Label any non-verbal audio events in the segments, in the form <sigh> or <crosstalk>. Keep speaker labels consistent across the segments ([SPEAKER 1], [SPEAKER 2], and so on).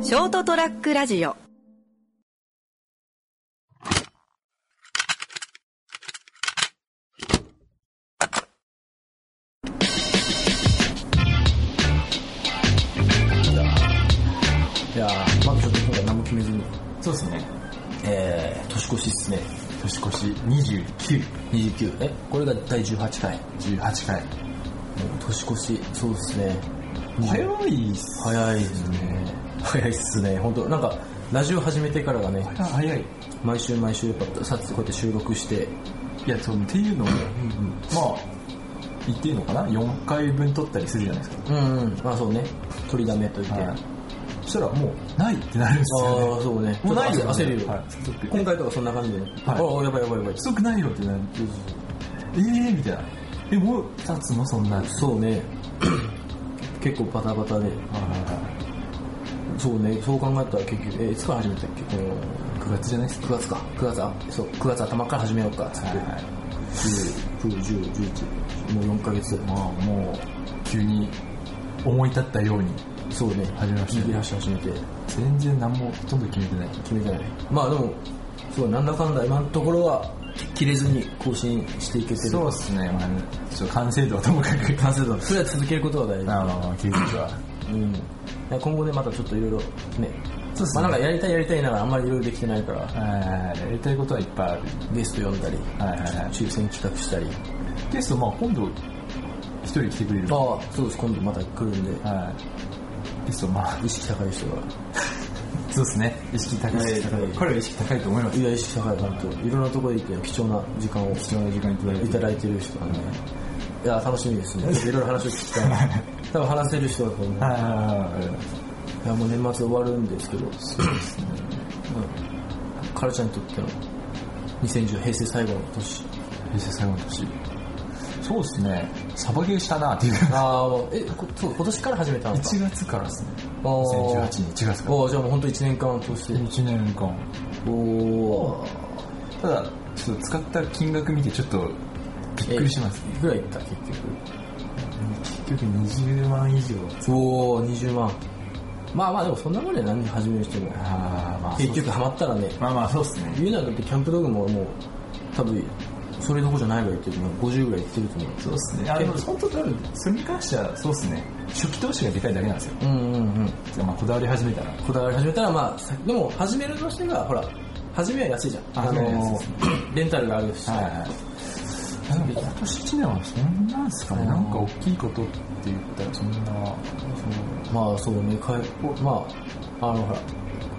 [SPEAKER 1] ショートトラックラジオ
[SPEAKER 2] じゃあ、じゃあまずちょっと今回何も決めずに、
[SPEAKER 3] そうですね。
[SPEAKER 2] えー、年越しっすね。
[SPEAKER 3] 年越し29、
[SPEAKER 2] 29。え、これが第18回。も
[SPEAKER 3] 18回。
[SPEAKER 2] う年越し、そうっすね。
[SPEAKER 3] 早いっす。
[SPEAKER 2] 早いですね。早いっすね。本当なんか、ラジオ始めてからがね、
[SPEAKER 3] 早い。
[SPEAKER 2] 毎週毎週やっぱ、さっきこうやって収録して、
[SPEAKER 3] いや、そう、っていうのも、まあ、言っていいのかな ?4 回分撮ったりするじゃないですか。
[SPEAKER 2] うんうん、まあそうね、取りだめといて。
[SPEAKER 3] はい
[SPEAKER 2] あ
[SPEAKER 3] そしたらもう、ないってなるんです
[SPEAKER 2] あ
[SPEAKER 3] よ、ね。
[SPEAKER 2] ー、そうね。
[SPEAKER 3] もうない
[SPEAKER 2] ちょ
[SPEAKER 3] よ
[SPEAKER 2] っと焦るよ。
[SPEAKER 3] はいすごく
[SPEAKER 2] 今回とかそんな感じでね。
[SPEAKER 3] はい
[SPEAKER 2] おおやばいやばいやばい
[SPEAKER 3] 不。足ないよってなる。えーみたいな。え、もう経つのそんな。はい
[SPEAKER 2] そう
[SPEAKER 3] <laughs>
[SPEAKER 2] ね。結構バタバタで。
[SPEAKER 3] はい
[SPEAKER 2] そうね、そう考えたら結局、えいつから始めたっけこの
[SPEAKER 3] 9月じゃないですか。
[SPEAKER 2] 9月か9月あそう9月頭から始めようかっつって、
[SPEAKER 3] はいはい
[SPEAKER 2] 109101もう4ヶ月
[SPEAKER 3] まあ、もう、急に思い立ったように、
[SPEAKER 2] そうね
[SPEAKER 3] 始めましたね
[SPEAKER 2] 右足始めて
[SPEAKER 3] 全然何もほとんど決めてない。
[SPEAKER 2] 決めてないまあでもそうなんだかんだ今のところは切れずに更新していけてる
[SPEAKER 3] そうですね、まあ、ちょっと完成度はともかく。
[SPEAKER 2] 完成度それは続けることは大事
[SPEAKER 3] あの、休日は。
[SPEAKER 2] うん、今後ねまたちょっといろいろね
[SPEAKER 3] そうっす
[SPEAKER 2] ま
[SPEAKER 3] ね
[SPEAKER 2] あ、なんかやりたいやりたいながらあんまりいろいろできてないから
[SPEAKER 3] はいやりたいことはいっぱいある。
[SPEAKER 2] ゲスト呼んだり、
[SPEAKER 3] はいはいはい
[SPEAKER 2] 抽選企画したり
[SPEAKER 3] ゲスト、まあ今度、一人来てくれる。は
[SPEAKER 2] ああそうです今度また来るんで
[SPEAKER 3] い。ゲスト、まあ、
[SPEAKER 2] 意識高い人が
[SPEAKER 3] そうですね。意識高
[SPEAKER 2] 意
[SPEAKER 3] い。
[SPEAKER 2] 識高い
[SPEAKER 3] 彼は意識高いと思います。
[SPEAKER 2] いや意識高い本当いろんなところで行って貴重な時間を
[SPEAKER 3] 貴重な時間いただい
[SPEAKER 2] い
[SPEAKER 3] て。
[SPEAKER 2] ただいてる人がねいや楽しみ
[SPEAKER 3] <laughs>
[SPEAKER 2] ですねいろいろ話を聞きたい <laughs> 多分話せる人だと思う
[SPEAKER 3] はいはいはいはい
[SPEAKER 2] いやもう年末終わるんですけどそうですね、うん、カルチャーにとっての2010平成最後の年
[SPEAKER 3] 平成最後の年。そうですね。サバゲーしたなっていう。
[SPEAKER 2] ああえこそう今年から始めたんですか
[SPEAKER 3] 1月からですね。
[SPEAKER 2] あー
[SPEAKER 3] 2018年1月から。
[SPEAKER 2] おーじゃあもう本当1年間通して
[SPEAKER 3] 1年間。
[SPEAKER 2] おお
[SPEAKER 3] ただ、ちょっと使った金額見てちょっとびっくりします。
[SPEAKER 2] いくらいった結
[SPEAKER 3] 結局20万以上。
[SPEAKER 2] 局おお20万まあまあでもそんなもんで何始める人も
[SPEAKER 3] ああ、まあ。
[SPEAKER 2] 結局ハマったらね
[SPEAKER 3] まあまあそうですね。
[SPEAKER 2] 言うならだってキャンプ道具ももう多分それどころじゃないぐらい言ってると思う50ぐらい言ってると思う
[SPEAKER 3] そうですね。あの、本当多分、それに関してはそうですね。初期投資がでかいだけなんですよ。
[SPEAKER 2] うんうんうん
[SPEAKER 3] まあ、こだわり始めたら。
[SPEAKER 2] こだわり始めたらまあさでも始めるとしてはほら初めは安いじゃんの
[SPEAKER 3] あ初めは安い
[SPEAKER 2] レンタルがあるし、
[SPEAKER 3] はいはい。でも今年1年はそんなんですかね。なんか大きいことって言ったらそんな、
[SPEAKER 2] まあそうねかいまああのほら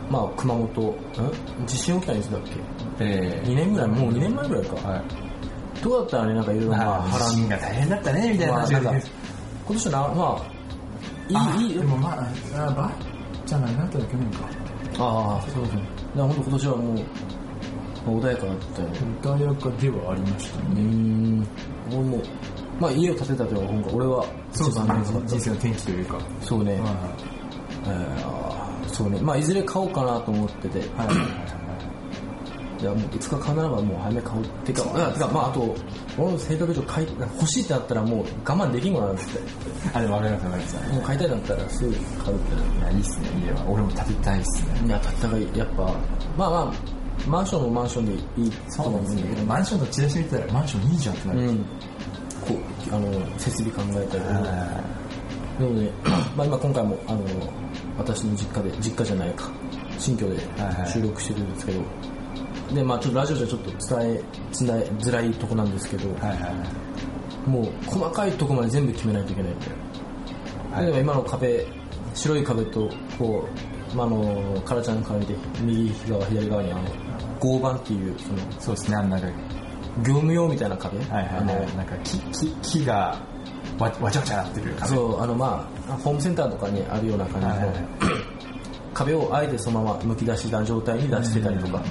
[SPEAKER 2] まあ熊本ん地震起きたんですだっけ
[SPEAKER 3] え
[SPEAKER 2] 2年ぐらいもう2年前ぐらいか、
[SPEAKER 3] はい。
[SPEAKER 2] どうだったらねなんかいろいろまあ波乱
[SPEAKER 3] が大変だったね、み
[SPEAKER 2] まあなんか
[SPEAKER 3] あ
[SPEAKER 2] 今年はなまあいいいい
[SPEAKER 3] でもまあ、あばじゃないなったら去年か。
[SPEAKER 2] ああそうですねだから本当今年はもうまあ穏やかだったよね
[SPEAKER 3] 穏やかではありました
[SPEAKER 2] うー。ん俺もまあ家を建てたというのは今回俺は
[SPEAKER 3] そうですね
[SPEAKER 2] 一番。
[SPEAKER 3] 人生の転機というか。
[SPEAKER 2] そうね、
[SPEAKER 3] は
[SPEAKER 2] えーそうねまあいずれ買おうかなと思ってて、
[SPEAKER 3] いはいはい。
[SPEAKER 2] いやもういつか買うならばもう早め買おうってかあてかまああと俺の性格上買い欲しいってなったらもう我慢できんごなんですって
[SPEAKER 3] あ、でもわかりますわかります。
[SPEAKER 2] もう買いたいなったらすぐ買うってない
[SPEAKER 3] や、いいっすね、家は。俺も建てたいっすね。
[SPEAKER 2] いや建ったがいいやっぱまあまあマンションもマンションでいいと思うんだけど
[SPEAKER 3] マンションのチラシ見てたら、マンションいいじゃんってなる。
[SPEAKER 2] うん、こうあの設備考えたりとか
[SPEAKER 3] あ
[SPEAKER 2] で <coughs> もね、まあ、今今回もあの私の実家で実家じゃないか新居で
[SPEAKER 3] はいはい
[SPEAKER 2] 収録してるんですけど、でまあ、ちょっとラジオじゃちょっと伝え伝えづらいとこなんですけど、
[SPEAKER 3] ーはいはいはい。
[SPEAKER 2] もう細かいとこまで全部決めないといけないんで、
[SPEAKER 3] はい
[SPEAKER 2] 例えば今の壁白い壁とこう、まあ、あのカラちゃんから見て右側左側にあの合板っていうその
[SPEAKER 3] そうですね、あの、なんか、
[SPEAKER 2] 業務用みたいな壁、
[SPEAKER 3] はいはい
[SPEAKER 2] あの
[SPEAKER 3] はい。なんか、木、木、木が、わ、わちゃわちゃなってる壁。
[SPEAKER 2] そうあのまあホームセンターとかにあるような感じの、
[SPEAKER 3] はいはいはい
[SPEAKER 2] <clears throat> 壁をあえてそのままむき出しな状態に出してたりとか、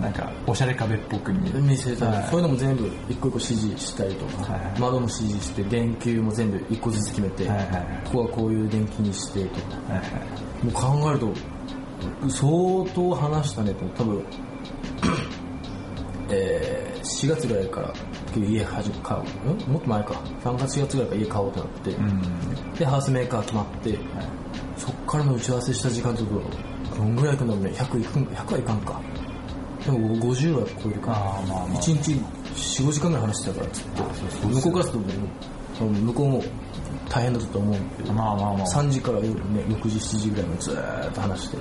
[SPEAKER 3] なんか、おしゃれ壁っぽく見える。
[SPEAKER 2] 見せたり、
[SPEAKER 3] はい
[SPEAKER 2] そういうのも全部一個一個指示したりとか、
[SPEAKER 3] はいはい
[SPEAKER 2] 窓も指示して電球も全部一個ずつ決めて、
[SPEAKER 3] はいはいはい
[SPEAKER 2] ここはこういう電気にしてとか
[SPEAKER 3] はいはい
[SPEAKER 2] もう考えると相当話したねと多分えー4月ぐらいから時家始め買うんもっと前か3月4月ぐらいから家買おうとなって、
[SPEAKER 3] うん
[SPEAKER 2] でハウスメーカー決まって、そっからの打ち合わせした時間ちょっとどんぐらいいくんだろうね100いくん100はいかんかでも50は超えるか
[SPEAKER 3] あーまあまあ
[SPEAKER 2] 1日45時間ぐらい話してたからずっと
[SPEAKER 3] そう
[SPEAKER 2] 向こうからするともう多分向こうも大変だったと思うんだけど
[SPEAKER 3] まあまあまあ
[SPEAKER 2] 3時から夜ね6時7時ぐらいまでずーっと話して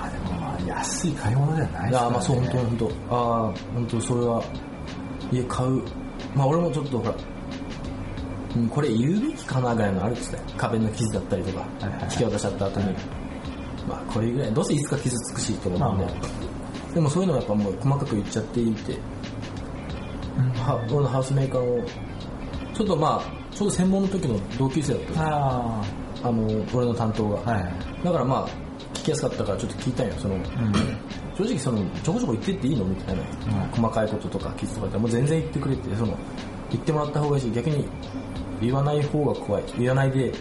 [SPEAKER 3] あでもまあ安い買い物ではない
[SPEAKER 2] い
[SPEAKER 3] です
[SPEAKER 2] や
[SPEAKER 3] か
[SPEAKER 2] ー
[SPEAKER 3] らね
[SPEAKER 2] まあそう本当本当ああ本当それは家買うまあ俺もちょっとほら、うん、これ言うべきかなぐらいのあるっつって壁の傷だったりとか
[SPEAKER 3] いはいはい
[SPEAKER 2] 引き渡しちゃった後に、まあこれぐらいどうせいつか傷つくしと思うんで、
[SPEAKER 3] まあま
[SPEAKER 2] でもそういうのはやっぱもう細かく言っちゃっていいって、は俺のハウスメーカーをちょっとまあちょうど専門の時の同級生だったの
[SPEAKER 3] あ
[SPEAKER 2] あの俺の担当が、
[SPEAKER 3] あはいはい
[SPEAKER 2] だからまあ聞きやすかったからちょっと聞いたんよその、正直そのちょこちょこ言ってっていいのみたいな、細かいこととか傷とかってもう全然言ってくれってその言ってもらった方がいいし逆に言わない方が怖い言わないで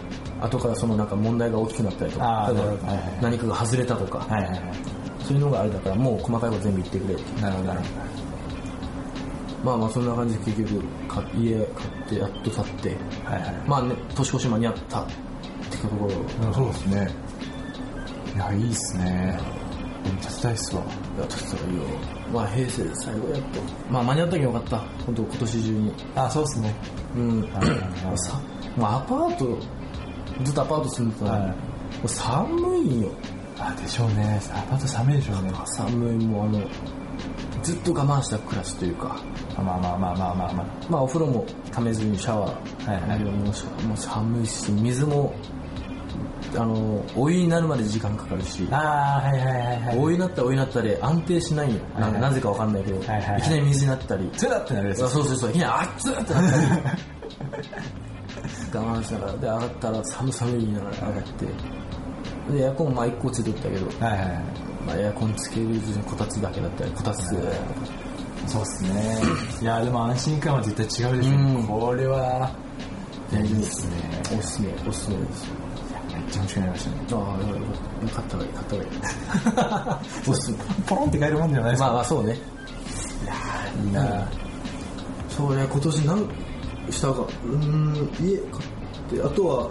[SPEAKER 2] 後からそのなんか問題が大きくなったりと
[SPEAKER 3] あ
[SPEAKER 2] か例
[SPEAKER 3] ー
[SPEAKER 2] えば
[SPEAKER 3] なるほどはいはい
[SPEAKER 2] 何かが外れたとか、
[SPEAKER 3] はいはいはい
[SPEAKER 2] そういうのがあれだからもう細かいこと全部言ってくれって
[SPEAKER 3] なるほどなるほ
[SPEAKER 2] まあまあそんな感じで結局か家買ってやっと買って
[SPEAKER 3] どはいはい
[SPEAKER 2] まあね年越し間に合ったってところ
[SPEAKER 3] そうですねいやいいっすねめっちゃしたいっすわ
[SPEAKER 2] 私とか言うよまあ平成最後やっとまあ間に合ったけどよかった本当今年中に
[SPEAKER 3] あそうっすね
[SPEAKER 2] うん
[SPEAKER 3] はい
[SPEAKER 2] さまあアパートずっとアパート住んでたのに、
[SPEAKER 3] はい
[SPEAKER 2] もう寒いんよ
[SPEAKER 3] あでしょうねアパート寒いでしょうね
[SPEAKER 2] 寒いもうあのずっと我慢した暮らしというか
[SPEAKER 3] まあまあまあまあまあまあ、ま
[SPEAKER 2] まあお風呂もためずにシャワ
[SPEAKER 3] はい
[SPEAKER 2] ー
[SPEAKER 3] はい
[SPEAKER 2] 浴びましたもう寒いし水もあのお湯になるまで時間かかるし
[SPEAKER 3] ああーはいはいはいはい
[SPEAKER 2] お湯になったらお湯になったで安定しないんよ、な
[SPEAKER 3] はいはい
[SPEAKER 2] なぜかわかんないけど、
[SPEAKER 3] いはいはい
[SPEAKER 2] いきなり水になったり
[SPEAKER 3] それだってなるやつ
[SPEAKER 2] あそうそうそういきなり熱っってなったり <laughs> 我慢しながらで上がったら寒寒い言いながら上がってでエアコンまあ1個ついてったけど、
[SPEAKER 3] はいはいはい
[SPEAKER 2] まあ、エアコンつけるずにこたつだけだったりこたつ
[SPEAKER 3] そうっすねいやでも安心感は絶対違うでしょ
[SPEAKER 2] うん
[SPEAKER 3] これは
[SPEAKER 2] やいいっ
[SPEAKER 3] すね
[SPEAKER 2] おすすめおすすめです
[SPEAKER 3] めっちゃ欲しくなりましたね
[SPEAKER 2] ああよかったよかった買った方がいいお <laughs> すすめ
[SPEAKER 3] ポロンって買えるもんじゃないです
[SPEAKER 2] ま
[SPEAKER 3] か、
[SPEAKER 2] あまあそうね
[SPEAKER 3] いいな
[SPEAKER 2] そうね今年何したかうーん家買ってあとは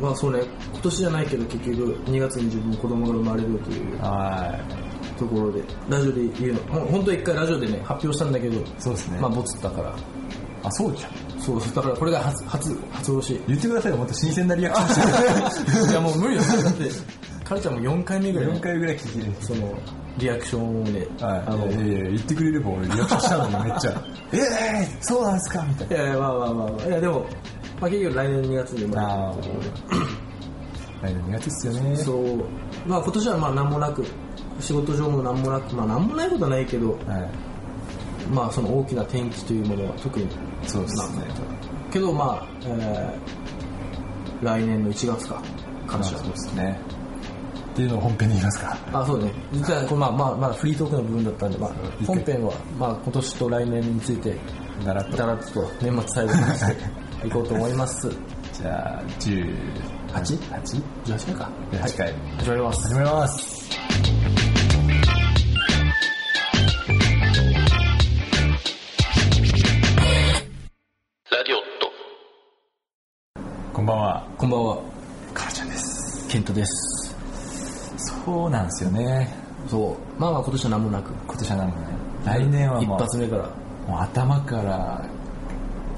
[SPEAKER 2] まあそうね今年じゃないけど結局2月に自分も子供が生まれるという
[SPEAKER 3] は
[SPEAKER 2] ところでラジオで言うのもう本当は一回ラジオでね発表したんだけど
[SPEAKER 3] いそうですね、
[SPEAKER 2] まあボツったから
[SPEAKER 3] あ、そうじゃん
[SPEAKER 2] そうそうだからこれが初初初 <laughs> おろしい
[SPEAKER 3] 言ってくださいよもっと新鮮なリアクションして
[SPEAKER 2] やもう無理よだってカルちゃんも4回目ぐらい
[SPEAKER 3] 4回ぐらい聞いてる
[SPEAKER 2] そのリアクションをね、
[SPEAKER 3] はい、
[SPEAKER 2] あの
[SPEAKER 3] いやいやいや言ってくれれば俺リアクションしたのにめっちゃ「ええー、そうなんすか」みたい
[SPEAKER 2] いやいやまあまあまあ、まあ、いやでも、まあ、結局来年2月に生
[SPEAKER 3] なあ
[SPEAKER 2] ま
[SPEAKER 3] あ
[SPEAKER 2] れるという
[SPEAKER 3] 来年苦手っすよね
[SPEAKER 2] そうまあ今年はまあ何もなく仕事上も何もなくまあ何もないことはないけど
[SPEAKER 3] はい
[SPEAKER 2] まあその大きな転機というものは特に
[SPEAKER 3] そうですね
[SPEAKER 2] なかったけどまあ、えー来年の1月か
[SPEAKER 3] まあ
[SPEAKER 2] 感謝
[SPEAKER 3] そうですねっていうのを本編に言いますか
[SPEAKER 2] あそうね実はこれまあまあまだフリートークの部分だったんで、まあ
[SPEAKER 3] う、ん
[SPEAKER 2] 本編はまあ今年と来年について
[SPEAKER 3] だらっ
[SPEAKER 2] だ
[SPEAKER 3] と
[SPEAKER 2] らっと年末最後に
[SPEAKER 3] <laughs>
[SPEAKER 2] していこうと思います
[SPEAKER 3] じゃあ1 8 8
[SPEAKER 2] 18回か
[SPEAKER 3] 8回、
[SPEAKER 2] 始まります
[SPEAKER 3] 始めます
[SPEAKER 1] ラディオット。
[SPEAKER 3] こんばんは
[SPEAKER 2] こんばんは
[SPEAKER 3] 母ちゃんです
[SPEAKER 2] ケントです
[SPEAKER 3] そうなんですよね
[SPEAKER 2] そうまあまあ今年は何もなく
[SPEAKER 3] 今年はなんかね来年は
[SPEAKER 2] 一
[SPEAKER 3] もう
[SPEAKER 2] 発目から
[SPEAKER 3] もう頭から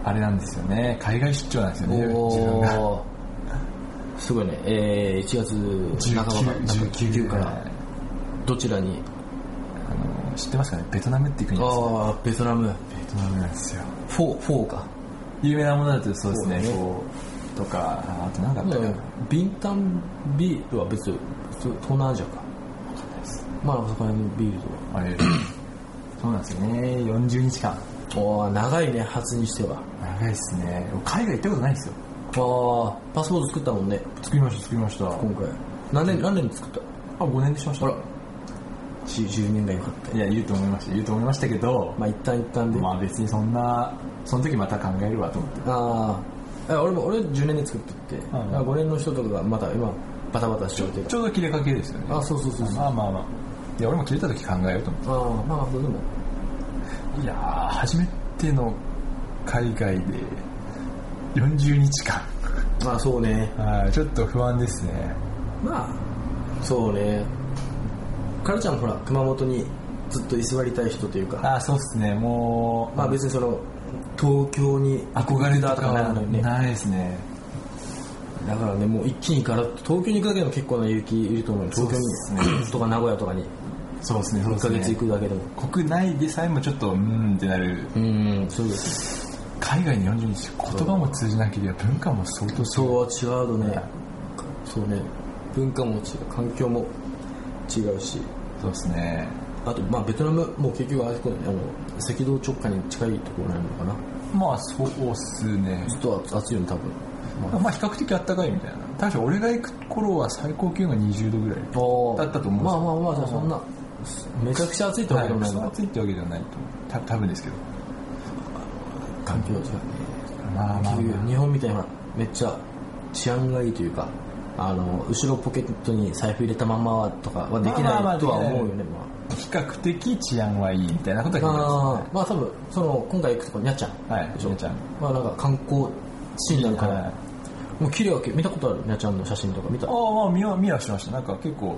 [SPEAKER 3] あれなんですよね海外出張なんですよね自分が
[SPEAKER 2] おおすごいね、えー、1月半ば
[SPEAKER 3] 19
[SPEAKER 2] 19か
[SPEAKER 3] は
[SPEAKER 2] ら
[SPEAKER 3] い
[SPEAKER 2] どちらに
[SPEAKER 3] あの知ってますかねベトナムっていう国ですよ
[SPEAKER 2] ああベトナム
[SPEAKER 3] ベトナムなんですよ
[SPEAKER 2] フォーフォーか
[SPEAKER 3] 有名なものだとそうですね
[SPEAKER 2] そうね
[SPEAKER 3] こうとかああと何だったかな
[SPEAKER 2] ビンタンビールは別別東南アジアかまあそこら辺のビール
[SPEAKER 3] あれそうなんですよね40日間
[SPEAKER 2] とおお長いね初にしては
[SPEAKER 3] 長いですね海外行ったことないんですよ
[SPEAKER 2] ああパスポート作ったもんね
[SPEAKER 3] 作りました作りました
[SPEAKER 2] 今回何年何年に作っ
[SPEAKER 3] あ5年でしました
[SPEAKER 2] あらた10 10年代よかった
[SPEAKER 3] いや言うと思いました言うと思いましたけど
[SPEAKER 2] まあ一旦一旦で、
[SPEAKER 3] まあ別にそんなその時また考えるわと思って
[SPEAKER 2] ああえ俺も俺10年で作ってって、
[SPEAKER 3] はい
[SPEAKER 2] 5年の人とかがまた今バタバタしちゃうという
[SPEAKER 3] ち
[SPEAKER 2] か
[SPEAKER 3] ょうど切れかけですよね
[SPEAKER 2] あそうそうそうそうあ
[SPEAKER 3] まあまあまあいや俺も切れた時考えようと思っ
[SPEAKER 2] あまあまあそれでも
[SPEAKER 3] ていやー初めての海外で40日間
[SPEAKER 2] まあそうね
[SPEAKER 3] はいちょっと不安ですね
[SPEAKER 2] まあそうねカルちゃんもほら熊本にずっと居座りたい人というか
[SPEAKER 3] あそうっすねもう
[SPEAKER 2] まあ別にその東京に
[SPEAKER 3] 憧れ
[SPEAKER 2] た
[SPEAKER 3] た
[SPEAKER 2] と
[SPEAKER 3] と
[SPEAKER 2] か
[SPEAKER 3] か
[SPEAKER 2] なのよね
[SPEAKER 3] ないですね
[SPEAKER 2] だからねもう一気にガラッと東京に行くだけでも結構な勇気いると思うよ東
[SPEAKER 3] そう
[SPEAKER 2] 京に、とか名古屋とかに
[SPEAKER 3] そうですねそ
[SPEAKER 2] 1
[SPEAKER 3] うです
[SPEAKER 2] ヶ
[SPEAKER 3] ね
[SPEAKER 2] 月行くだけでも
[SPEAKER 3] 国内でさえもちょっとうーんってなる
[SPEAKER 2] うんそうです
[SPEAKER 3] 海外に40日言葉も通じなければ文化も相当
[SPEAKER 2] そうは違うよねそうね文化も違う環境も違うし
[SPEAKER 3] そうですね
[SPEAKER 2] あとまあベトナムも結局あそこあの赤道直下に近いところになるのかな
[SPEAKER 3] まあそうっすね
[SPEAKER 2] ずっと暑暑いよね多分
[SPEAKER 3] まあ比較的暖かいみたいな確か俺が行く頃は最高気温が20度ぐらいだったと思うんですよ
[SPEAKER 2] まあまあまあじゃあそんなめちゃくちゃ暑いってわけでもないの
[SPEAKER 3] は
[SPEAKER 2] か
[SPEAKER 3] い暑いってわけじゃないと思うた多分ですけど
[SPEAKER 2] 環境は違うね
[SPEAKER 3] まあまあ
[SPEAKER 2] 結局日本みたいなめっちゃ治安がいいというかあの後ろポケットに財布入れたまんまはとかはでき
[SPEAKER 3] まあまあま
[SPEAKER 2] な
[SPEAKER 3] あ
[SPEAKER 2] いとは思うよねまあ
[SPEAKER 3] 比較的治安はいいみたいなことは
[SPEAKER 2] あーまあ多分その今回行くとこにゃちゃん
[SPEAKER 3] 聞いてますはい
[SPEAKER 2] でし
[SPEAKER 3] ジ
[SPEAKER 2] ょ
[SPEAKER 3] ョンちゃん
[SPEAKER 2] まあなんか観光シーンになるから、
[SPEAKER 3] はい
[SPEAKER 2] もう綺麗わけ見たことあるにゃちゃんの写真とか見た
[SPEAKER 3] ああまあ見は見はしましたなんか結構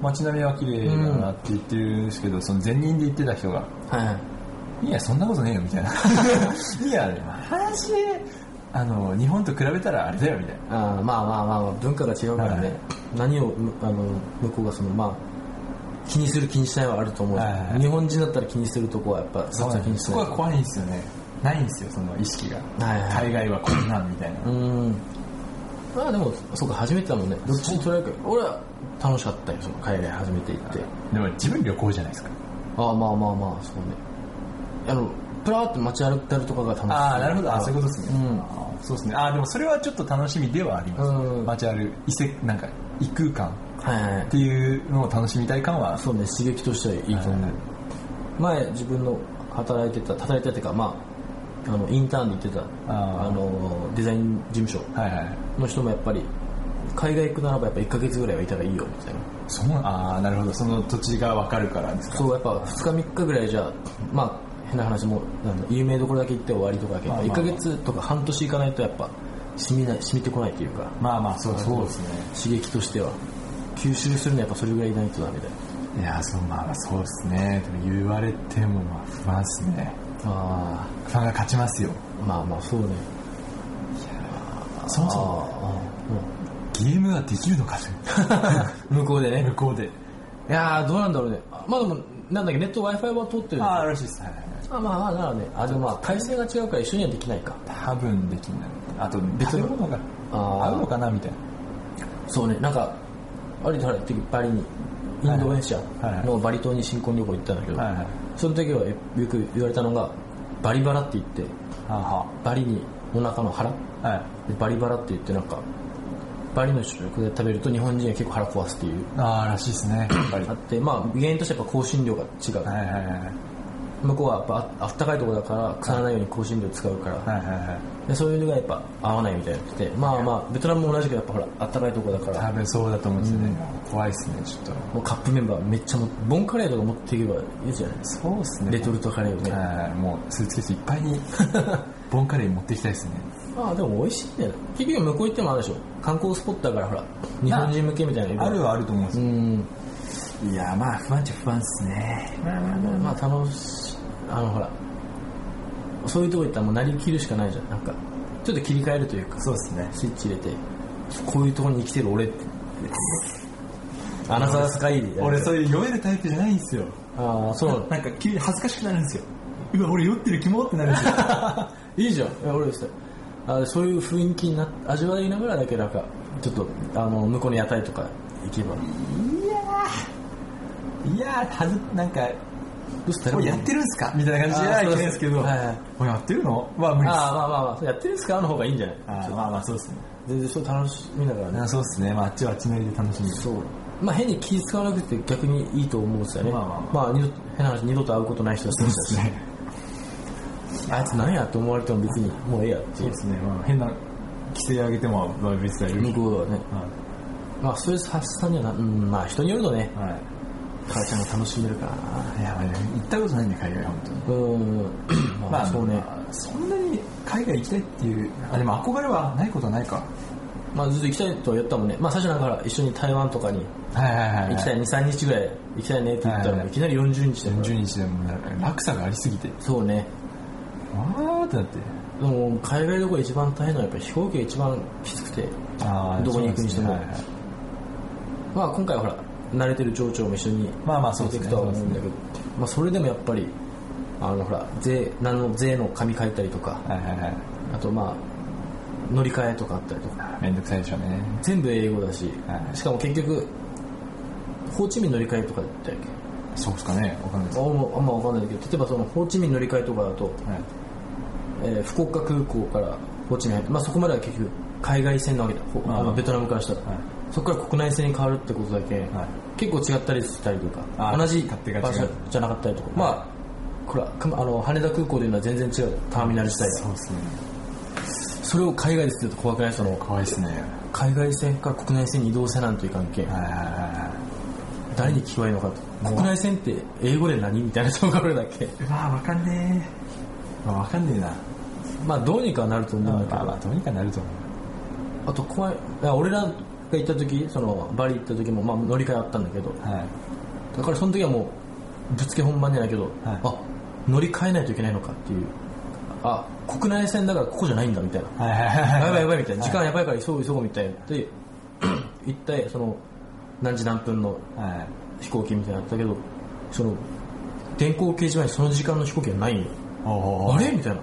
[SPEAKER 3] 街並みは綺麗だなって言ってるんですけど、その前任で言ってた人が
[SPEAKER 2] はいはい
[SPEAKER 3] 「いやそんなことねえよ」みたい <laughs> な「いや話あの日本と比べたらあれだよ」みたいな
[SPEAKER 2] あーまあまあまあまあ文化が違うからね、
[SPEAKER 3] はい
[SPEAKER 2] 何をむあの向こうがそのまあ気にする気にしないはあると思う、
[SPEAKER 3] はいはいはい
[SPEAKER 2] 日本人だったら気にするとこはやっぱそっちは気にし
[SPEAKER 3] そ
[SPEAKER 2] ない
[SPEAKER 3] こは怖いんですよねないんですよその意識が、
[SPEAKER 2] はいはい
[SPEAKER 3] 海外はこんなんみたい
[SPEAKER 2] う
[SPEAKER 3] な、
[SPEAKER 2] んまあでもそうか初めてだもんねどっちに取られるか俺は楽しかったよその海外初めて行って
[SPEAKER 3] でも自分旅行じゃないですか
[SPEAKER 2] ああまあまあまあそうねあのプラーって街歩いたりとかが楽しい
[SPEAKER 3] ああなるほどあそういうことですね、
[SPEAKER 2] うん
[SPEAKER 3] あーそうですねあーでもそれはちょっと楽しみではあります、
[SPEAKER 2] うん
[SPEAKER 3] 街歩異世なんか異空間
[SPEAKER 2] はいはい、はい
[SPEAKER 3] っていうのを楽しみたい感は
[SPEAKER 2] そうね刺激としてはいいと思う、
[SPEAKER 3] はい
[SPEAKER 2] 前自分の働いてた働いてたっていうかまああのインターンで行ってた
[SPEAKER 3] あ
[SPEAKER 2] あ
[SPEAKER 3] ー
[SPEAKER 2] のデザイン事務所
[SPEAKER 3] はいはい
[SPEAKER 2] の人もやっぱり海外行くならばやっぱ1ヶ月ぐらいはいたらいいよみたいな
[SPEAKER 3] そうああなるほどその土地が分かるからですか
[SPEAKER 2] そうやっぱ2日3日ぐらいじゃまあ変な話もあの有名どころだけ行って終わりとかだけど、
[SPEAKER 3] まあまあまあ
[SPEAKER 2] 1ヶ月とか半年行かないとやっぱ染みない染みてこないというか
[SPEAKER 3] まあまあそうそうですね
[SPEAKER 2] 刺激としては吸収するにはやっぱそれぐらいいないとダメだよ
[SPEAKER 3] いやーそうまあまあそうですねでも言われてもまあ不安ですね
[SPEAKER 2] あ
[SPEAKER 3] 不安が勝ちますよ
[SPEAKER 2] あまあまあそうね
[SPEAKER 3] そもそ
[SPEAKER 2] あ
[SPEAKER 3] も
[SPEAKER 2] あ
[SPEAKER 3] ゲームができるのかと
[SPEAKER 2] うん向 <laughs> こうでね
[SPEAKER 3] <laughs> 向こうで
[SPEAKER 2] いやーどうなんだろうねあまあでもなんだっけネット w i f i は通ってる
[SPEAKER 3] あ
[SPEAKER 2] あ
[SPEAKER 3] あらしいですはいはいはい
[SPEAKER 2] まあまあならねあでもまあ回線が違うから一緒にはできないか
[SPEAKER 3] 多分できないあと
[SPEAKER 2] 別
[SPEAKER 3] 別
[SPEAKER 2] の
[SPEAKER 3] のものが
[SPEAKER 2] あー
[SPEAKER 3] 合うのかなみたいな
[SPEAKER 2] そうねなんかあれだってバリにインドネシ
[SPEAKER 3] はい
[SPEAKER 2] ア
[SPEAKER 3] はい
[SPEAKER 2] のバリ島に新婚旅行行ったんだけど、
[SPEAKER 3] はいはい
[SPEAKER 2] その時はよく言われたのがバリバラって言って
[SPEAKER 3] は
[SPEAKER 2] バリにお腹の腹で
[SPEAKER 3] ははい
[SPEAKER 2] バリバラって言ってなんかバリの食で食べると日本人は結構腹壊すっていう
[SPEAKER 3] ああらしいですねやっぱり
[SPEAKER 2] あ
[SPEAKER 3] は
[SPEAKER 2] ってまあ原因としてやっぱ香辛料が違う、
[SPEAKER 3] いはいはいはい
[SPEAKER 2] 向こうはやっぱああったかいところだから腐らないように香辛料使うから、
[SPEAKER 3] はいはい
[SPEAKER 2] でそういうのがやっぱ合わないみたいなでまあまあベトナムも同じくやっぱほらあったかいとこだか
[SPEAKER 3] 多
[SPEAKER 2] ら
[SPEAKER 3] 分そうだと思うんですよね怖いですねちょっと
[SPEAKER 2] もうカップ麺ばめっちゃもボンカレーとか持っていけばいいじゃないですか
[SPEAKER 3] そうですね
[SPEAKER 2] レトルトカレーをね、
[SPEAKER 3] はいもうスーツケースいっぱい <laughs> にボンカレー持ってきたいですね
[SPEAKER 2] まあでも美味しいんだよね結局向こう行ってもあるでしょ観光スポットだからほら日本人向けみたいな色々
[SPEAKER 3] あるはあると思うんです
[SPEAKER 2] う
[SPEAKER 3] よ
[SPEAKER 2] ん
[SPEAKER 3] いやまあ不安っちゃ不安ですねまあまあま
[SPEAKER 2] まあ楽しいあのほらそういうとこ行ったらもうなりきるしかないじゃんなんかちょっと切り替えるというか
[SPEAKER 3] そうですね
[SPEAKER 2] スイッチ入れてこういうところに生きてる俺ってアナザースカイで
[SPEAKER 3] 俺そういう酔えるタイプじゃないんですよ
[SPEAKER 2] ああそう <laughs> なの
[SPEAKER 3] なんか急に恥ずかしくなるんですようわ俺酔ってるキモってなるんですよ
[SPEAKER 2] いいじゃん。いや俺ですあそういう雰囲気にな味わいながらだけなんか、ちょっと、あの、向こうの屋台とか行けば。ど
[SPEAKER 3] <laughs> いやーはずなんか
[SPEAKER 2] うしたら
[SPEAKER 3] これやってるんすかみたいな感じで
[SPEAKER 2] あー
[SPEAKER 3] いけないですけど、
[SPEAKER 2] そうですはいはい
[SPEAKER 3] これやってるのまあ無理です
[SPEAKER 2] ああ、まあまあまあ、やってるんですかの方がいいんじゃない
[SPEAKER 3] あーまあまあそうですね
[SPEAKER 2] 全然そう楽しみながらね。
[SPEAKER 3] そうですね、まあ、あっちはあっちなりで楽しみです
[SPEAKER 2] そう。まあ変に気使わなくて逆にいいと思うんですよね。
[SPEAKER 3] まあま
[SPEAKER 2] まあ
[SPEAKER 3] あ
[SPEAKER 2] 二度変な話、二度と会うことない人だそうですね。あいつなんやと思われても別に、もうええやっていう。
[SPEAKER 3] ね、まあ、変な規制上げてもまあ別だよ
[SPEAKER 2] 向こうはね。
[SPEAKER 3] は
[SPEAKER 2] まあストレス発散にはな、うん、まあ人によるとね、
[SPEAKER 3] い、は
[SPEAKER 2] 母ちゃんが楽しめるからな。
[SPEAKER 3] い、いやばいね行ったことないんで海外本当に
[SPEAKER 2] うん。まあそうね。
[SPEAKER 3] まあそんなに海外行きたいっていうあでも憧れはないことはないか
[SPEAKER 2] まあずっと行きたいとは言ったもんね。まあ最初なんかほら一緒に台湾とかに
[SPEAKER 3] はいはいはい、はい、
[SPEAKER 2] 行きたい2、3日ぐらい行きたいねって言ったらもういきなり40日だから
[SPEAKER 3] 40日でもね落差がありすぎて
[SPEAKER 2] そうね。
[SPEAKER 3] あーってなって
[SPEAKER 2] でも海外旅行が一番大変なのはやっぱり飛行機が一番きつくて。
[SPEAKER 3] あー
[SPEAKER 2] どこに行くにしても
[SPEAKER 3] そうですねはいはい
[SPEAKER 2] まあ今回はほら、慣れてる町長も一緒に
[SPEAKER 3] まあまあそう
[SPEAKER 2] 出て
[SPEAKER 3] で
[SPEAKER 2] いく
[SPEAKER 3] すね
[SPEAKER 2] とは思うんだけど、まあそれでもやっぱり、あのほら、税、何の税の紙変えたりとか、
[SPEAKER 3] はいはいはい
[SPEAKER 2] あとまあ、乗り換えとかあったりとか、
[SPEAKER 3] めんどくさいでしょうね
[SPEAKER 2] 全部英語だし、
[SPEAKER 3] はい
[SPEAKER 2] しかも結局、ホーチミン乗り換えとかだったっけ
[SPEAKER 3] そうですかねわかんないです
[SPEAKER 2] あもうあんまわかんないけど、例えばそのホーチミン乗り換えとかだと、
[SPEAKER 3] はい
[SPEAKER 2] えー福岡空港からホーチミン入って、まあそこまでは結局、海外線なわけだ、ほあの
[SPEAKER 3] うん
[SPEAKER 2] ベトナムからしたら。
[SPEAKER 3] はい
[SPEAKER 2] そこから国内線に変わるってことだけ、
[SPEAKER 3] はい
[SPEAKER 2] 結構違ったりしたりとか
[SPEAKER 3] あ
[SPEAKER 2] 同じ
[SPEAKER 3] 勝手が違う
[SPEAKER 2] 場所じゃなかったりとか、まあこれはかあの羽田空港でいうのは全然違うターミナル自体
[SPEAKER 3] そ
[SPEAKER 2] が
[SPEAKER 3] うですね
[SPEAKER 2] それを海外ですると怖くないその
[SPEAKER 3] 怖いですね
[SPEAKER 2] 海外線から国内線に移動せなんという関係、
[SPEAKER 3] はいはいはいはい
[SPEAKER 2] 誰に聞こえるのかと
[SPEAKER 3] もう
[SPEAKER 2] 国内線って英語で何みたいなところだけ
[SPEAKER 3] うわわかんねえわかんねえな
[SPEAKER 2] まあどうにかなると思うんだけど、
[SPEAKER 3] まあまあどうにかなると思う
[SPEAKER 2] あと怖いいや俺らが行った時そのバリ行った時もまあ乗り換えあったんだけど
[SPEAKER 3] はい
[SPEAKER 2] だからその時はもうぶっつけ本番じゃないけど、あ乗り換えないといけないのかっていうあ国内線だからここじゃないんだみたいな
[SPEAKER 3] はいはいはい
[SPEAKER 2] やばいやばいみたいな時間やばいから急ごう急ごうみたいなで一体その何時何分の
[SPEAKER 3] はい
[SPEAKER 2] 飛行機みたいなのあったけどその電光掲示板にその時間の飛行機がないよ
[SPEAKER 3] おお
[SPEAKER 2] あれみたいな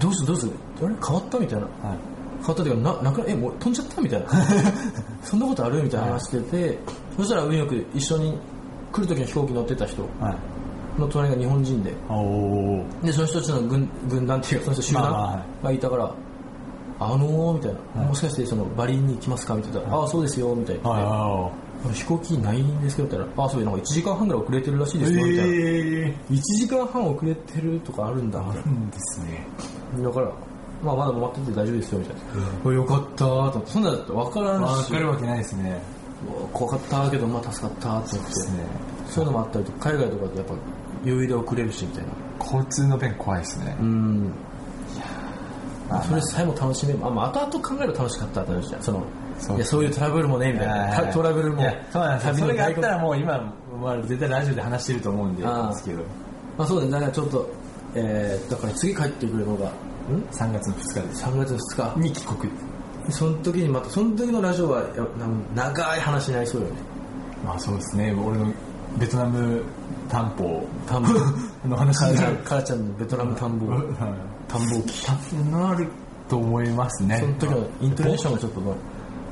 [SPEAKER 2] どうするどうするあれ変わったみたいな
[SPEAKER 3] はい
[SPEAKER 2] 変わったというかななくなえもう飛んじゃったみ
[SPEAKER 3] <laughs>
[SPEAKER 2] たいなそんなことあるみたいな話しててそしたら運よく一緒に来る時の飛行機乗ってた人
[SPEAKER 3] はい
[SPEAKER 2] の隣が日本人で
[SPEAKER 3] おお
[SPEAKER 2] でその人たちの軍軍団っていうかその人集
[SPEAKER 3] まあまあは
[SPEAKER 2] 団がいたから「あのー」みたいな、
[SPEAKER 3] はい
[SPEAKER 2] もしかしてそのバリンに行きますか?」みたいな「ああそうですよ」みたいな、
[SPEAKER 3] はいは
[SPEAKER 2] 飛行機ないんですけど」みたいな「ああそういうなんか1時間半ぐらい遅れてるらしい
[SPEAKER 3] い
[SPEAKER 2] ですよ」みたいな、
[SPEAKER 3] ええ
[SPEAKER 2] 1時間半遅れてるとかあるんだみたい
[SPEAKER 3] うんですね
[SPEAKER 2] なだから、まあ、まだ待ってて大丈夫ですよみたいな「およかった」と思ってそんなだって分からん
[SPEAKER 3] わ
[SPEAKER 2] し
[SPEAKER 3] かるわけないですね
[SPEAKER 2] うわ怖かったけどまあ助かったと思って
[SPEAKER 3] ですね
[SPEAKER 2] そういうのもあったりとか海外とかってやっぱ余裕で遅れるしみたいな
[SPEAKER 3] 交通の便怖いですね
[SPEAKER 2] うん
[SPEAKER 3] まあ
[SPEAKER 2] それさえも楽しめば、あまあ、後々考えると楽しかったって話じゃんその
[SPEAKER 3] そう
[SPEAKER 2] いやそういうトラブルもねみたいな
[SPEAKER 3] はい
[SPEAKER 2] たトラブルも
[SPEAKER 3] いやそうなんです
[SPEAKER 2] 旅
[SPEAKER 3] よそ
[SPEAKER 2] の醍醐味
[SPEAKER 3] れがあったらもう今まあ絶対ラジオで話してると思うんで
[SPEAKER 2] ああ
[SPEAKER 3] ですけど
[SPEAKER 2] まあそうだねだからちょっと、えーだから次帰ってくるのがん
[SPEAKER 3] 3月の2日です
[SPEAKER 2] 3月の2
[SPEAKER 3] に帰国
[SPEAKER 2] 日その時にまたその時のラジオはやなん長い話になりそうよね
[SPEAKER 3] まあそうですね俺のベトナム担保
[SPEAKER 2] 田
[SPEAKER 3] <laughs>
[SPEAKER 2] んぼ
[SPEAKER 3] の話
[SPEAKER 2] 母
[SPEAKER 3] に
[SPEAKER 2] ち
[SPEAKER 3] な
[SPEAKER 2] ゃん
[SPEAKER 3] る
[SPEAKER 2] 母ちゃんのベトナム田んぼ田んぼを聞き
[SPEAKER 3] なると思いますね
[SPEAKER 2] その時のイントネーションがちょっともう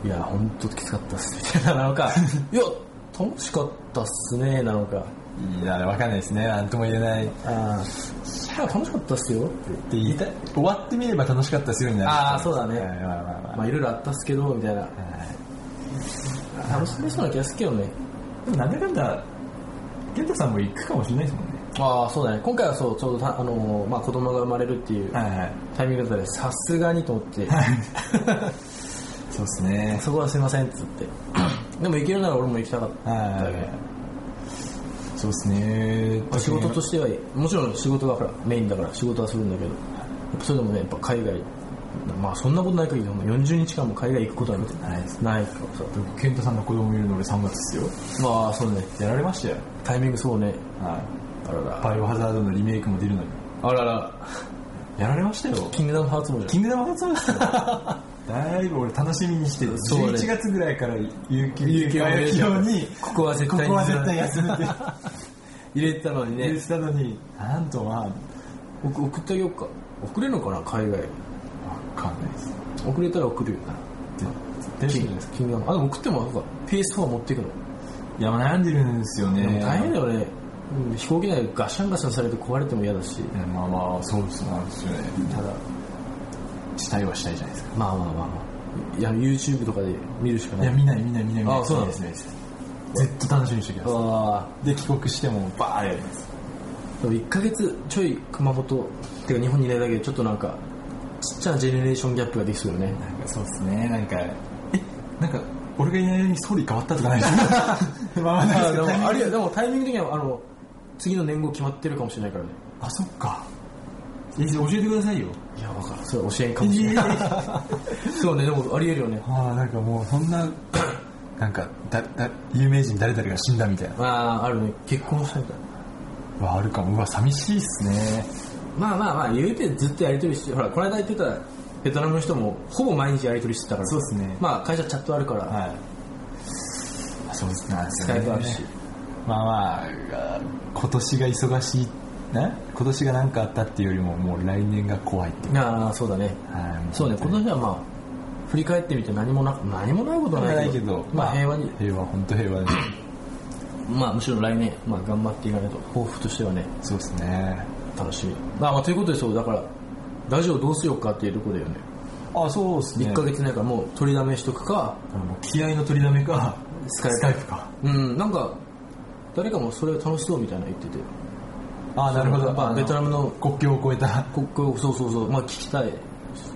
[SPEAKER 2] いや本当きつかったっすみたいななの
[SPEAKER 3] <laughs>
[SPEAKER 2] かいや楽しかったっすねなのか
[SPEAKER 3] いやわかんないですねなんとも言えないって
[SPEAKER 2] ああ楽しかったっすよって
[SPEAKER 3] 言いたい終わってみれば楽しかったですようになる
[SPEAKER 2] ああそうだね
[SPEAKER 3] はいまあまあまあ
[SPEAKER 2] まあいろいろあったっすけどみたいな楽しめそうな気がするけどね
[SPEAKER 3] でもなんだかんだ健太さんも行くかもしれないですもんね
[SPEAKER 2] ああそうだね今回はそうちょうどたあのーまあ、子供が生まれるっていう
[SPEAKER 3] はいはい
[SPEAKER 2] タイミングだったのでさすがにと思って
[SPEAKER 3] そうですね
[SPEAKER 2] そこはすいませんっつ
[SPEAKER 3] <laughs>
[SPEAKER 2] ってでも行けるなら俺も行きたかっ
[SPEAKER 3] はい
[SPEAKER 2] た
[SPEAKER 3] はい
[SPEAKER 2] け
[SPEAKER 3] はいそうですね
[SPEAKER 2] ど仕事と
[SPEAKER 3] し
[SPEAKER 2] してはもちろん仕事がほらメインだから仕事はするんだけどやっぱそれでもねやっぱ海外まあそんなことない限り40日間も海外行くことは
[SPEAKER 3] ないです
[SPEAKER 2] ないからさ
[SPEAKER 3] 健太さんの子供いるの俺3月ですよ
[SPEAKER 2] まあそうね
[SPEAKER 3] やられましたよ
[SPEAKER 2] タイミングそうね
[SPEAKER 3] はい
[SPEAKER 2] あらら
[SPEAKER 3] バイオハザードのリメイクも出るのに
[SPEAKER 2] あらら
[SPEAKER 3] やられましたよ
[SPEAKER 2] キングダムハーツもじゃん
[SPEAKER 3] キングダムハーツもですよ <laughs> だいぶ俺楽しみにしてる
[SPEAKER 2] そうね
[SPEAKER 3] 11月ぐらいから有給
[SPEAKER 2] 有給を入れて
[SPEAKER 3] 有給に
[SPEAKER 2] ここは絶対に
[SPEAKER 3] ここは絶対休むって
[SPEAKER 2] 入れてたのに
[SPEAKER 3] <laughs> 言ってたのになんとまあわ
[SPEAKER 2] 送送ってあげようか送れるのかな海外
[SPEAKER 3] かんないです
[SPEAKER 2] 送れたら送るよな
[SPEAKER 3] 絶対
[SPEAKER 2] 金
[SPEAKER 3] 休むです
[SPEAKER 2] 金額あでも送ってもそうか PS4 持っていくの、
[SPEAKER 3] いやまあ悩んでるんですよね
[SPEAKER 2] でも大変だよねうん飛行機内でガシャンガシャンされて壊れても嫌だし
[SPEAKER 3] いやまあまあそうですなんですよね
[SPEAKER 2] ただ
[SPEAKER 3] したいはしたいじゃないですか
[SPEAKER 2] まあまあまあまあいや YouTube とかで見るしか
[SPEAKER 3] い
[SPEAKER 2] な
[SPEAKER 3] や
[SPEAKER 2] い
[SPEAKER 3] 見ない見ない見ない見ない
[SPEAKER 2] あそうなん
[SPEAKER 3] 見
[SPEAKER 2] で
[SPEAKER 3] い
[SPEAKER 2] す
[SPEAKER 3] 見い見いずっと楽しみにしてくださ
[SPEAKER 2] あ
[SPEAKER 3] いで帰国してもバーッやります
[SPEAKER 2] あでも1ヶ月ちょい熊本っていうか日本にいないだけでちょっとなんかちっちゃなジェネレーションギャップができそうよね
[SPEAKER 3] なんかそうですねなんかえなんか俺がいない間に総理変わったとかない <laughs> ですかまあまあない
[SPEAKER 2] あ
[SPEAKER 3] ですけ
[SPEAKER 2] で
[SPEAKER 3] ど
[SPEAKER 2] もあれでもタイミング的にはあの次の年号決まってるかもしれないからね
[SPEAKER 3] あそっかえ教えてくださいよ
[SPEAKER 2] いや、わかる。それは教えんかもしれない。そうね、でもありえるよ
[SPEAKER 3] <laughs>
[SPEAKER 2] ね。
[SPEAKER 3] ああなんかもうそんななんかだだ有名人誰々が死んだみたいな
[SPEAKER 2] まあ、あるね。結婚したみたいな。
[SPEAKER 3] わあるかもうわ寂しいっすね
[SPEAKER 2] まあまあまあ、言うてずっとやりとりして、ほら、この間言ってたベトナムの人も、ほぼ毎日やりとりしてたから。
[SPEAKER 3] そうっすね
[SPEAKER 2] まあ、会社チャットあるから、
[SPEAKER 3] はいそうですね
[SPEAKER 2] 使えとあるし。
[SPEAKER 3] まあまああ今年が忙しいね今年が何かあったっていうよりももう来年が怖いっていう
[SPEAKER 2] ああ、そうだね。
[SPEAKER 3] はいも
[SPEAKER 2] そうね、今年はまあ、振り返ってみて何もな、何もないことは
[SPEAKER 3] な
[SPEAKER 2] ないい
[SPEAKER 3] け
[SPEAKER 2] け
[SPEAKER 3] ど
[SPEAKER 2] ど、まあ平和に、
[SPEAKER 3] 平和本当平和に
[SPEAKER 2] まあむしろ来年、まあ頑張っていかないと、抱負としてはね、
[SPEAKER 3] そうですね
[SPEAKER 2] 楽しみ。まあまあということでそう、だから、ラジオどうしようかっていうところだよね。
[SPEAKER 3] あそうですね
[SPEAKER 2] 1ヶ月ないからもう取りだめしとくか、
[SPEAKER 3] あの気合の取りだめか
[SPEAKER 2] スカイプ
[SPEAKER 3] か
[SPEAKER 2] うん、なんか、誰かもそれ楽しそうみたいなの言ってて。
[SPEAKER 3] ああなるほど
[SPEAKER 2] まあ
[SPEAKER 3] の
[SPEAKER 2] ベトナムの
[SPEAKER 3] 国境を越えた
[SPEAKER 2] 国境、そうそうそう、まあ聞きたい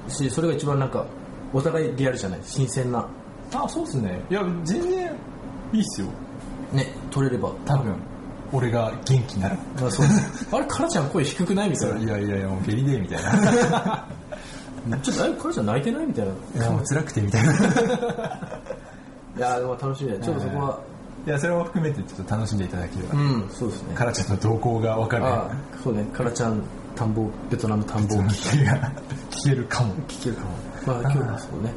[SPEAKER 2] し、それが一番なんか、お互いリアルじゃない、新鮮な、
[SPEAKER 3] あそうですねいや全然いいっすよ
[SPEAKER 2] ね、取れれば。
[SPEAKER 3] 多分俺が元気に <laughs> なる
[SPEAKER 2] あそうあれ、カラちゃん声低くないみたいな。
[SPEAKER 3] いやいやいやもうゲリデーみたい <laughs> な
[SPEAKER 2] ちょっとあれ、カラちゃん泣いてないみたいな。い
[SPEAKER 3] いやもう辛くてみたいな
[SPEAKER 2] やー、でも楽しみだよ。ちょっとそこは、
[SPEAKER 3] いやそれも含めてちょっと楽しんでいただければ、
[SPEAKER 2] うん、そうですね。
[SPEAKER 3] カラちゃんの動向が分かる
[SPEAKER 2] あそうね、カラちゃん、田んぼ、ベトナム田んぼを聞
[SPEAKER 3] 聞けるが聞けるかも
[SPEAKER 2] けるかも。まあ、今日はそうね。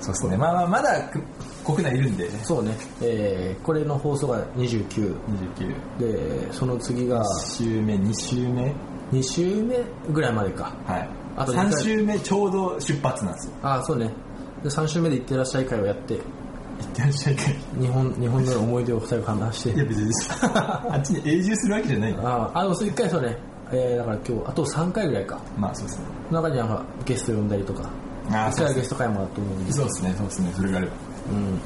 [SPEAKER 3] そうですねまあまあまだく国内いるんで
[SPEAKER 2] そうね、えー、これの放送が29。
[SPEAKER 3] 29
[SPEAKER 2] で、その次が
[SPEAKER 3] 週目2週目
[SPEAKER 2] 2週目ぐらいまでか。
[SPEAKER 3] はい
[SPEAKER 2] あと二回
[SPEAKER 3] 3週目ちょうど出発なんですよ
[SPEAKER 2] あそうね。で、3週目で行ってらっしゃい会をやって、
[SPEAKER 3] 行ってらっしゃいい
[SPEAKER 2] 日本、日本の思い出を二人話して。
[SPEAKER 3] や別に <laughs> あっちに永住するわけじゃない
[SPEAKER 2] ああ、でもそれ1回そうね。えー、だから今日、あと3回ぐらいか。
[SPEAKER 3] まあそうですね
[SPEAKER 2] その中にはほらゲスト呼んだりとか。
[SPEAKER 3] あ
[SPEAKER 2] 一回はゲスト会もあったと思うんで。
[SPEAKER 3] そうですねそうですねそれがあれば
[SPEAKER 2] うん。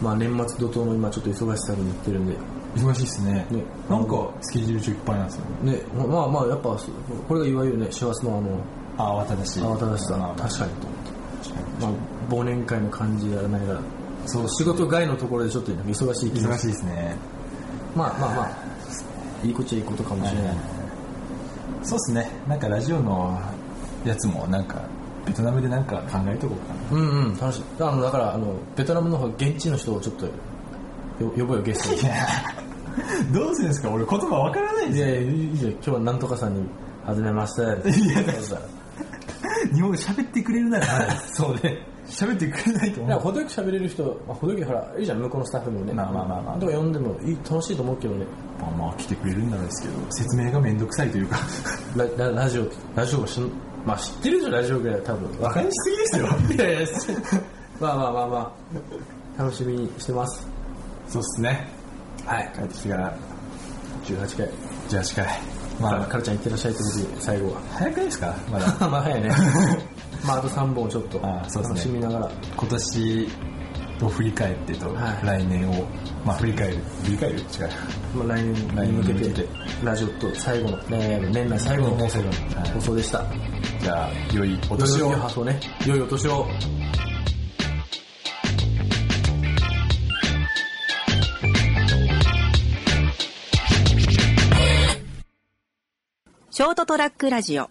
[SPEAKER 2] まあ年末怒涛の今ちょっと忙しさに行ってるんで。
[SPEAKER 3] 忙しいですね
[SPEAKER 2] ね
[SPEAKER 3] なんかスケジュール中いっぱいなんですよね
[SPEAKER 2] ね、まあまあやっぱそうこれがいわゆるね師走のあの
[SPEAKER 3] あ慌ただしい
[SPEAKER 2] 慌ただしさ
[SPEAKER 3] まあまあ
[SPEAKER 2] 確かにと思って、まあ、忘年会の感じやらないから
[SPEAKER 3] そう
[SPEAKER 2] 仕事外のところでちょっとね忙しい気が
[SPEAKER 3] 忙しいですね
[SPEAKER 2] まあまあまあいいこっちゃいいことかもしれない、
[SPEAKER 3] そうですねなんかラジオのやつもなんかベトナムでなんか考えとこうかな
[SPEAKER 2] うんうん楽しいあのだからあのベトナムの方現地の人をちょっとよ呼ぼうよゲストに
[SPEAKER 3] <laughs> どうするんですか俺言葉わからないん
[SPEAKER 2] い
[SPEAKER 3] で
[SPEAKER 2] やいやいいじゃん今日はなんとかさんに始めましたい
[SPEAKER 3] や日本語喋ってくれるなら、そうね喋ってくれないと
[SPEAKER 2] なん
[SPEAKER 3] 思
[SPEAKER 2] か
[SPEAKER 3] う
[SPEAKER 2] 程よく喋れる人、まあ、程よくほらいいじゃん向こうのスタッフにもね
[SPEAKER 3] まあまあまあまあ
[SPEAKER 2] とか呼んでもいい楽しいと思うけどね
[SPEAKER 3] まあまあ来てくれるんならですけど説明がめんどくさいと <laughs> いうか
[SPEAKER 2] ラララジオ、ラジオがしん、まあ知ってるじゃん、ラジオぐらいは多分。
[SPEAKER 3] バカにしすぎですよ
[SPEAKER 2] いやい <laughs> や、知ってまあまあまあまあ、楽しみにしてます。
[SPEAKER 3] そうっすね
[SPEAKER 2] はい。
[SPEAKER 3] 帰ってきてから
[SPEAKER 2] 18回。
[SPEAKER 3] じゃあ近い
[SPEAKER 2] ま
[SPEAKER 3] ま
[SPEAKER 2] あ、
[SPEAKER 3] あ
[SPEAKER 2] カルちゃんいってらっしゃいってことで、最後は。
[SPEAKER 3] 早くないですかまだ
[SPEAKER 2] <laughs> まあ早いね。 <laughs> まああと3本ちょっと、
[SPEAKER 3] あそうですね
[SPEAKER 2] 楽しみながら。
[SPEAKER 3] <laughs> 今年を振り返ってと、
[SPEAKER 2] はい
[SPEAKER 3] 来年を、まあ、振り返る振り返る違う
[SPEAKER 2] まあ来年に向けて、ラジオと最後の、えー年内最後の放送
[SPEAKER 3] はい
[SPEAKER 2] 放送でした。
[SPEAKER 3] じゃあ良いお
[SPEAKER 2] 良い
[SPEAKER 3] 年を
[SPEAKER 2] お年をね。良いお年を。
[SPEAKER 4] ショートトラックラジオ